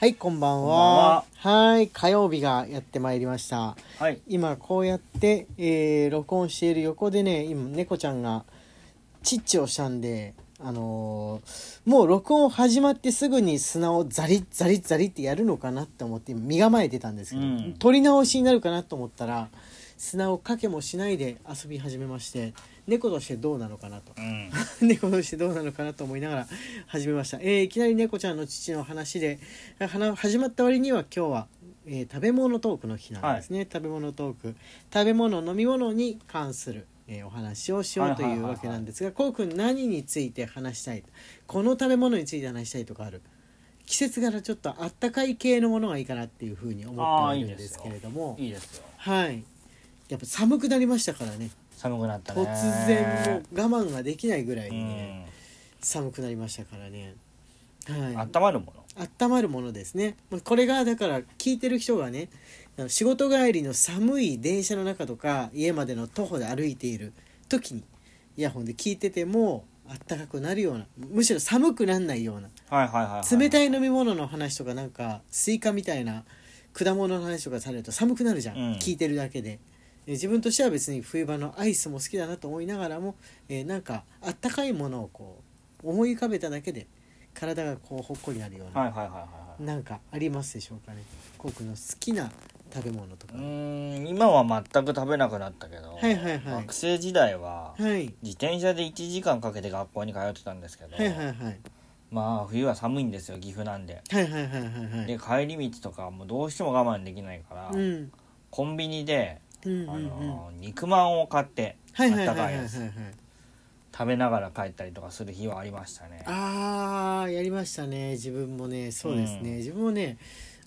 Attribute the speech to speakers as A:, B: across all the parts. A: はい、こんばんは。はーい、火曜日がやってまいりました。
B: はい。
A: 今こうやって、えー録音している横でね、今猫ちゃんがチッチをしたんで、あのーもう録音始まってすぐに砂をザリッザリッザリってやるのかなって思って身構えてたんですけど、
B: うん
A: 取り直しになるかなと思ったら、砂をかけもしないで遊び始めまして、猫としてどうなのかなと
B: う。ん。
A: 猫としてどうなのかなと思いながら始めました、えーいきなり猫ちゃんの父の話ではな始まった割には今日は、えー食べ物トークの日なんですね、食べ物トーク食べ物飲み物に関する、えーお話をしようと
B: はい
A: い
B: はいは
A: う
B: いはい
A: わけなんですがこうくん何について話したいこの食べ物について話したいとかある季節柄ちょっとあったかい系のものがいいかなっていうふうに思っている
B: あーいい
A: んで
B: です
A: す
B: よ
A: けれども
B: いいですよ。
A: はいやっぱ寒くなりましたからね
B: 寒くなったね。
A: 突然もう我慢ができないぐらいにね、
B: う
A: 寒くなりましたからね。
B: ん。あ
A: は
B: っ
A: い。
B: たまるもの。
A: 温まるものですね。まあこれがだから聞いてる人がね、あの仕事帰りの寒い電車の中とか家までの徒歩で歩いている時にイヤホンで聞いててもあったかくなるような、むしろ寒くなんないような
B: はいはいはい、はい。
A: 冷たい飲
B: み。
A: み物の話とかなんかスイカみたいな果物の話とかされると寒くなるじゃん、
B: うん
A: 聞いてるだけでで自分としては別に冬場のアイスも好きだなと思いながらも、えーなんかあったかいものをこう思い浮かべただけで体がこうほっこりなるような、
B: はいはいはいはいはい。
A: なんかありますでしょうかねコウ君の好きな食べ物とか、
B: うーん今は全く食べなくなったけど、
A: はいはいはい
B: 学生時代は
A: はい
B: 自転車で1時間かけて学校に通ってたんですけど、
A: はいはいはい
B: まあ冬は寒いんですよ岐阜なんで。
A: はいはいはいはいはい
B: で帰り道とかもうどうしても我慢できないから、
A: うん
B: コンビニで、
A: うんうん
B: あ
A: うん
B: の肉まんを買ってあ
A: は
B: っ
A: いはいは
B: た
A: いは
B: か
A: い
B: い
A: はい
B: やつ食べながら帰ったりとかする日はありましたね。
A: あーやりましたね自分もねそうですね、
B: うん
A: 自分もね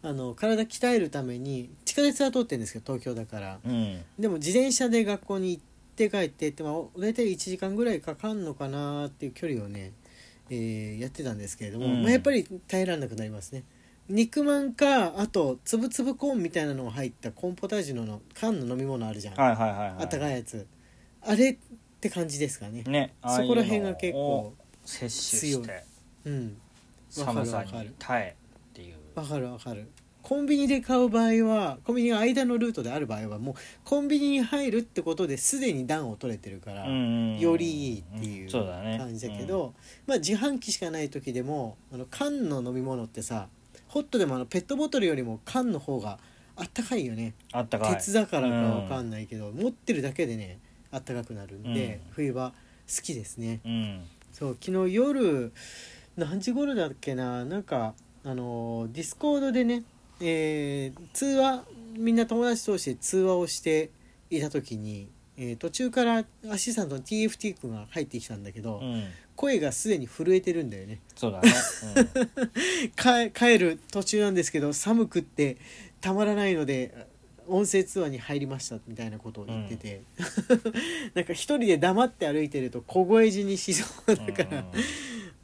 A: あの体鍛えるために地下鉄は通ってるんですけど東京だから
B: うん、
A: でも自転車で学校に行って帰ってって、まあ、大体1時間ぐらいかかんのかなっていう距離をね、えーやってたんですけれども、
B: うん
A: まあ、やっぱり耐えられなくなりますね肉まんかあとつぶつぶコーンみたいなのが入ったコーンポタージュのの缶の飲み物あるじゃん、
B: はいはいはい、はい、
A: あったかいやつあれって感じですかね
B: ねああ
A: そ
B: いう
A: こ
B: の
A: ら辺が結構
B: を摂取して
A: うん強い
B: 寒さ
A: わかるわか
B: に
A: る
B: 耐えっていう
A: わかるわかるコンビニで買う場合はコンビニが間のルートである場合はもうコンビニに入るってことですでに暖を取れてるから、
B: うん
A: よりいいっていうん
B: そうだね
A: 感じだけど、まあ、自販機しかない時でもあの缶の飲み物ってさホットでもあのペットボトルよりも缶の方があったかいよね、
B: うんあったかい
A: 鉄だからかわかんないけど、持ってるだけでねあったかくなるんで、
B: うん
A: 冬は好きですね。
B: うん
A: そう昨日夜何時頃だっけななんかあのディスコードでね、えー通話みんな友達同士で通話をしていた時に、えー途中からアシスタントの TFT 君が入ってきたんだけど、
B: うん
A: 声がすでに震えてるんだよね
B: そうだね
A: か帰る途中なんですけど寒くってたまらないので音声通話に入りましたみたいなことを言ってて、 なんか一人で黙って歩いてると小声死にしそう
B: うん
A: だから、
B: うん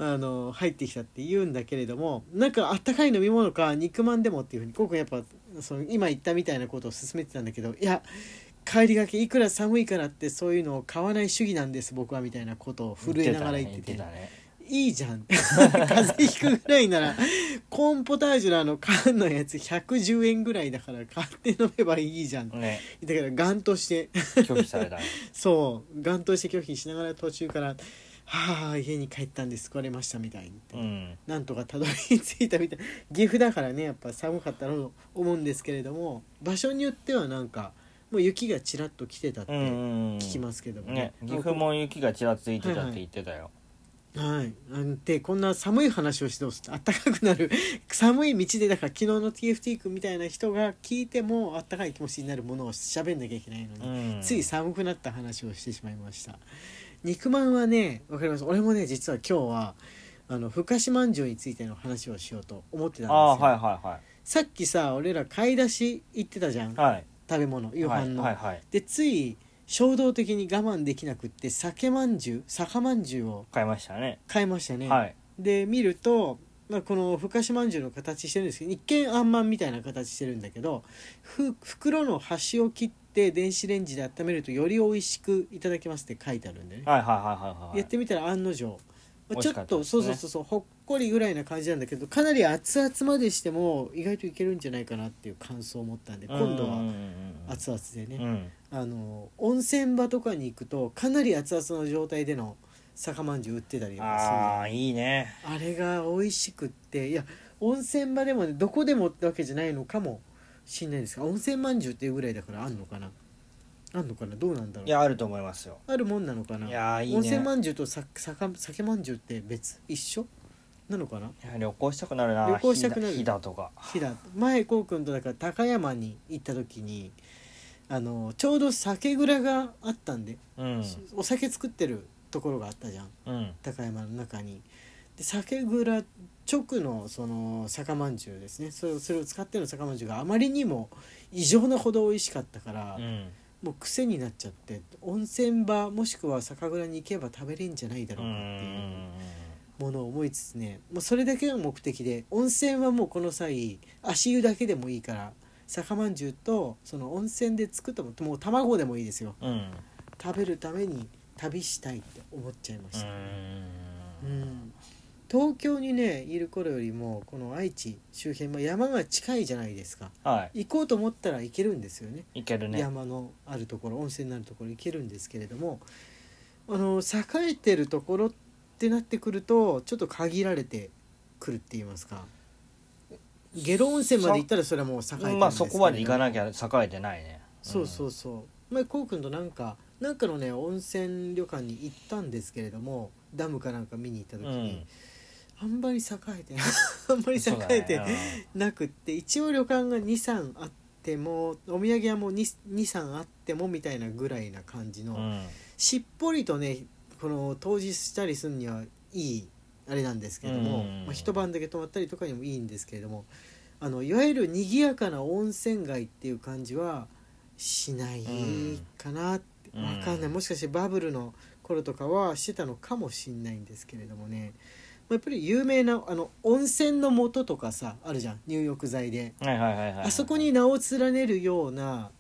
A: あの入ってきたって言うんだけれどもなんかあったかい飲み物か肉まんでもっていうふうにコウ君やっぱその今言ったみたいなことを勧めてたんだけどいや帰りがけいくら寒いからってそういうのを買わない主義なんです僕はみたいなことを震えながら言ってて
B: 言たね
A: いいじゃん風邪ひくぐらいならコーンポタージュのあの缶のやつ110円ぐらいだから買って飲めばいいじゃんだか
B: ね
A: らガンとして
B: 拒否 されたね
A: そうガンとして拒否しながら途中から「はあ家に帰ったんで救われました」みたいに言って
B: うん
A: なんとかたどり着いたみ たい岐阜だからねやっぱ寒かったろうと思うんですけれども場所によってはなんかもう雪がちらっと来てたって
B: うん
A: 聞
B: うん
A: きますけども
B: ね岐阜も雪がちらついてたって言ってたよ
A: はいなんてこんな寒い話をしてほしいあったかくなる 寒い道でだから昨日の TFT 君みたいな人が聞いてもあったかい気持ちになるものを喋んなきゃいけないのに、
B: うん
A: つい寒くなった話をしてしまいました肉まんはねわかります俺もね実は今日はあのふかしまんじゅうについての話をしようと思ってたんですよ
B: ああはいは
A: さっきさ俺ら買い出し行ってたじゃん
B: いはいはい
A: 食べ物夕飯の、
B: はいはいはい
A: でつい衝動的に我慢できなくって酒まんじゅう酒まんじゅうを
B: 買いましたね
A: 買いましたね、
B: はい
A: で見ると、まあ、このふかしまんじゅうの形してるんですけど一見あんまんみたいな形してるんだけどふ袋の端を切って電子レンジで温めるとより美味しくいただけますって書いてあるんでね、
B: はいはいはいはいはい
A: やってみたら案の定まあ
B: 美
A: ち
B: 味
A: ょ
B: しか
A: っ
B: った
A: と
B: です
A: そう
B: ね
A: そうそうそうほっこりぐらいな感じなんだけどかなり熱々までしても意外といけるんじゃないかなっていう感想を持ったんで今度
B: うんう
A: は
B: んうんうん
A: 熱々でね、
B: うん
A: あの温泉場とかに行くとかなり熱々の状態での酒まんじゅう売ってたりとかするじゃん
B: ああいいね
A: あれが美味しくっていや温泉場でもねどこでもってわけじゃないのかもしんないですが温泉まんじゅうっていうぐらいだからあんのかなあんのかなどうなんだろ
B: いうやあると思いますよ
A: あるもんなのかない
B: やーいいね
A: 温泉まんじゅうとささか酒まんじゅうって別一緒なのかない
B: や旅行したくなるな
A: 旅行したくなる
B: 飛騨とか
A: 日だ前こうくんとだから高山に行った時にあのちょうど酒蔵があったんで、
B: うん
A: お酒作ってるところがあったじゃん
B: うん
A: 高山の中にで酒蔵直のその酒まんじゅうですねそれをそれを使っての酒まんじゅうがあまりにも異常なほど美味しかったから、
B: うん
A: もう癖になっちゃって温泉場もしくは酒蔵に行けば食べれんじゃないだ
B: う
A: ろうかっていうんものを思いつつねもうそれだけが目的で温泉はもうこの際足湯だけでもいいから酒まんじゅうとその温泉で作ったものもう卵でもいいですよ
B: うん
A: 食べるために旅したいって思っちゃいました。う
B: うん
A: ん東京にねいる頃よりもこの愛知周辺も山が近いじゃないですか
B: は
A: 行こうと思ったら行けるんですよね
B: いいけるね
A: 山のあるところ温泉のあるところ行けるんですけれどもあの栄えてるところってなってくるとちょっと限られてくるって言いますか下呂温泉まで行ったらそれはもう栄えてるんですけれども
B: まあそこまで行かなきゃ栄えてないね
A: そうそううそう前こうくんとなんかなんかのね温泉旅館に行ったんですけれどもダムかなんか見に行った時
B: ん
A: に、
B: うん
A: あんまり栄えて あんまり栄
B: そうだ
A: え
B: ね
A: てなくって、一応旅館が23あってもお土産屋も23あってもみたいなぐらいな感じ
B: う
A: の、
B: んうん
A: しっぽりとねこの当日したりするにはいいあれなんですけれども、
B: うん
A: まあ、一晩だけ泊まったりとかにもいいんですけれどもあのいわゆる賑やかな温泉街っていう感じはしないかなって、
B: うん
A: わかんないもしかしてバブルの頃とかはしてたのかもしんないんですけれどもね、まあ、やっぱり有名なあの温泉の素とかさあるじゃん入浴剤で。
B: はいはいはいはい
A: あそこに名を連ねるような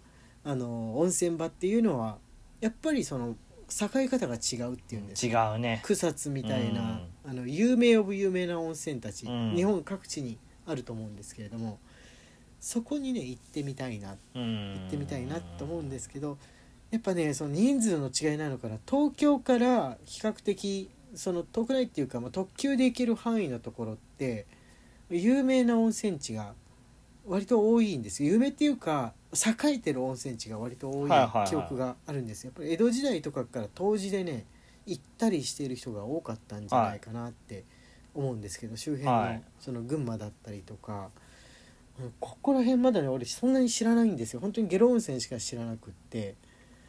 A: あの温泉場っていうのはやっぱりその栄え方が違うっていうんです
B: 違うね
A: 草津みたいな、あの有名オブ有名な温泉たち、
B: うん
A: 日本各地にあると思うんですけれどもそこにね行ってみたいな
B: うん
A: 行ってみたいなと思うんですけどやっぱねその人数の違いなのかな東京から比較的その遠くないっていうか、まあ、特急で行ける範囲のところって有名な温泉地が割と多いんですよ有名っていうか栄えてる温泉地が割と多い
B: はいはいはい
A: 記憶があるんですよ、やっぱり江戸時代とかから当時でね行ったりしている人が多かったんじゃないかなって思うんですけど、周辺
B: は
A: の
B: い
A: その群馬だったりとか。うんここら辺まだね俺そんなに知らないんですよ本当に下呂温泉しか知らなくって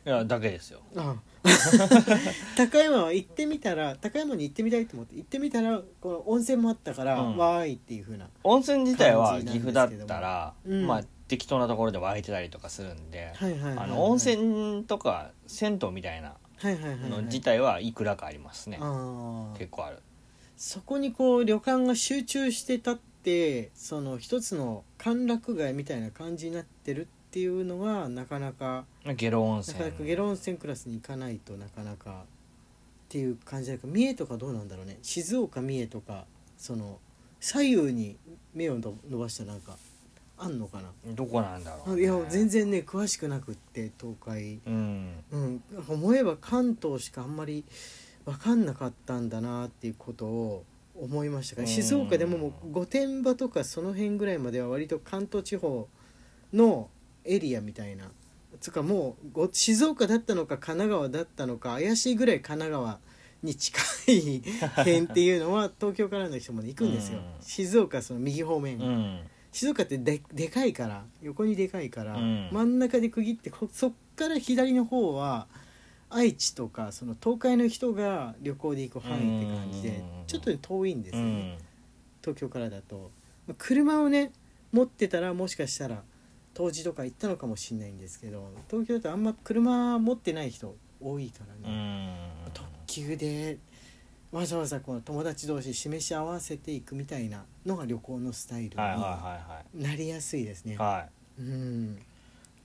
B: いやだけですよ
A: ああ高山は行ってみたら高山に行ってみたいと思って行ってみたらこの温泉もあったから、
B: うん
A: わーいっていう風な
B: 温泉自体は
A: 感じなん
B: 岐
A: ですけ
B: 阜
A: ど
B: だ
A: も
B: ったら、
A: うん
B: まあ適当なところで湧いてたりとかするんで、
A: はいはいはいはい
B: あの温泉とか銭湯みたいな
A: はいはいはい、は
B: の
A: い、
B: 自体はいくらかありますね、
A: ああ
B: 結構ある
A: そこにこう旅館が集中してたってその一つの歓楽街みたいな感じになってるっていうのはなかなか
B: 下呂温
A: な
B: 泉
A: かなかゲロ温泉クラスに行かないとなかなかっていう感じだから三重とかどうなんだろうね静岡三重とかその左右に目をの伸ばしたなんかあんのかな、
B: どこなんだろう、
A: いや全然ね詳しくなくって東海
B: うん
A: うんなんか思えば関東しかあんまり分かんなかったんだなっていうことを思いましたから
B: うん
A: 静岡でももう御殿場とかその辺ぐらいまでは割と関東地方のエリアみたいなつうかもうご静岡だったのか神奈川だったのか怪しいぐらい神奈川に近い 辺っていうのは東京からの人まで行くんですよ
B: うん
A: 静岡その右方面、
B: うん
A: 静岡ってででかいから横にでかいから、
B: うん
A: 真ん中で区切ってこそっから左の方は愛知とかその東海の人が旅行で行く範囲って感じで、
B: うん
A: ちょっと遠いんです
B: う
A: よね、
B: ん
A: 東京からだとまあ車をね持ってたらもしかしたら当時とか行ったのかもしれないんですけど東京だとあんま車持ってない人多いからね、
B: うん
A: 特急でわざわざこの友達同士示し合わせていくみたいなのが旅行のスタイルに
B: はいはいは
A: なりやすいですね
B: いはいは
A: う
B: い
A: ん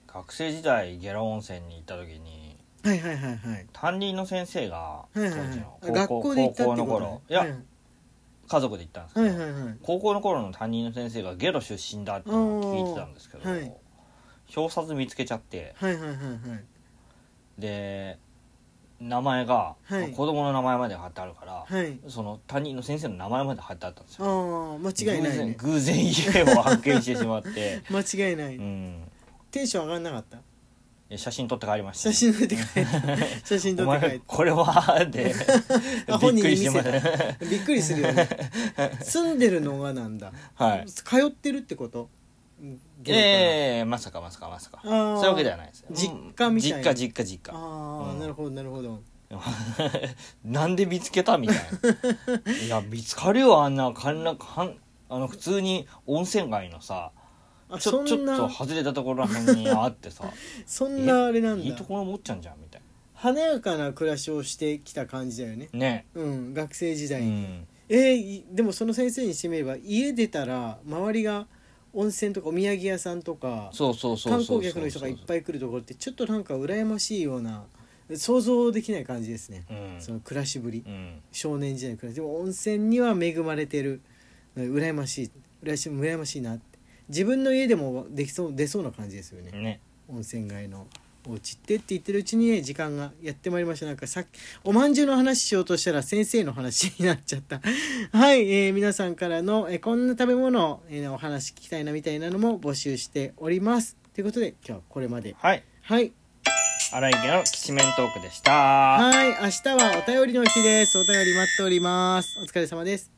B: 学生時代下呂温泉に行った時に
A: はいはいはいはい
B: 担任の先生が
A: はいはいはい学
B: 高
A: 校
B: 校
A: で行ったって
B: 高校の
A: こと
B: 頃いや、
A: はい
B: 家族で行ったんですけ
A: は
B: ど、
A: いはいはい
B: 高校の頃の担任の先生がゲロ出身だっていうのを聞いてたんですけど、
A: おーはい
B: 表札見つけちゃって
A: はいはいはいはい
B: で名前が、
A: はい
B: まあ子供の名前まで貼ってあるから、
A: はい
B: その担任の先生の名前まで貼ってあったんです
A: あ
B: よ
A: あ間違いないね
B: 偶然偶然家を発見してしまって
A: 間違いない、
B: うん
A: テンション上がんなかった
B: で写真撮って帰りました
A: 写真撮って帰 った写真撮
B: お
A: って帰っ
B: 前これはで
A: あ
B: びっくりしてま
A: 本人に見
B: した
A: たびっくりするよ ね住んでるのがなんだ
B: はい
A: 通ってるってこと
B: いやいやいやまさかまさかまさか
A: あ
B: そ
A: ー
B: ういうわけではないですよ
A: 実家みたいな
B: 実家実家実家
A: ああ、
B: うん
A: なるほどなるほど
B: なんで見つけたみた いないや見つかるよあんなかんなかんあの普通に温泉街のさ
A: あ
B: ち
A: そ
B: ょちょ
A: ん
B: っと
A: な
B: 外れたところら辺にあってさ
A: そんなあれなん
B: いい
A: だ
B: ところ持っちゃうんじゃんみたい
A: 華やかな暮らしをしてきた感じだよね
B: なね
A: うん学生時
B: う
A: 代に、
B: ん
A: えーいでもその先生にしてみれば家出たら周りが温泉とかお土産屋さんとか
B: そうそうそう
A: 観
B: そう
A: 光客の人がいっ
B: い
A: ぱい来るところってちょっとなんか羨ましいような想像できない感じですね、
B: うん
A: その暮らしぶり、
B: うん
A: 少年時代の暮らしでも温泉には恵まれてる羨ましい羨しい羨ましいなって自分の家でもできそう出そうな感じですよね、
B: ね
A: 温泉街のお家ってって言ってるうちにね時間がやってまいりましたなんかさっきおまんじゅうの話しようとしたら先生の話になっちゃった はい、えー皆さんからの、えーこんな食べ物、えーお話聞きたいなみたいなのも募集しておりますということで今日はこれまで
B: はい
A: はい
B: 荒井家のきしめんトークでした
A: はい明日はお便りの日ですお便り待っておりますお疲れ様です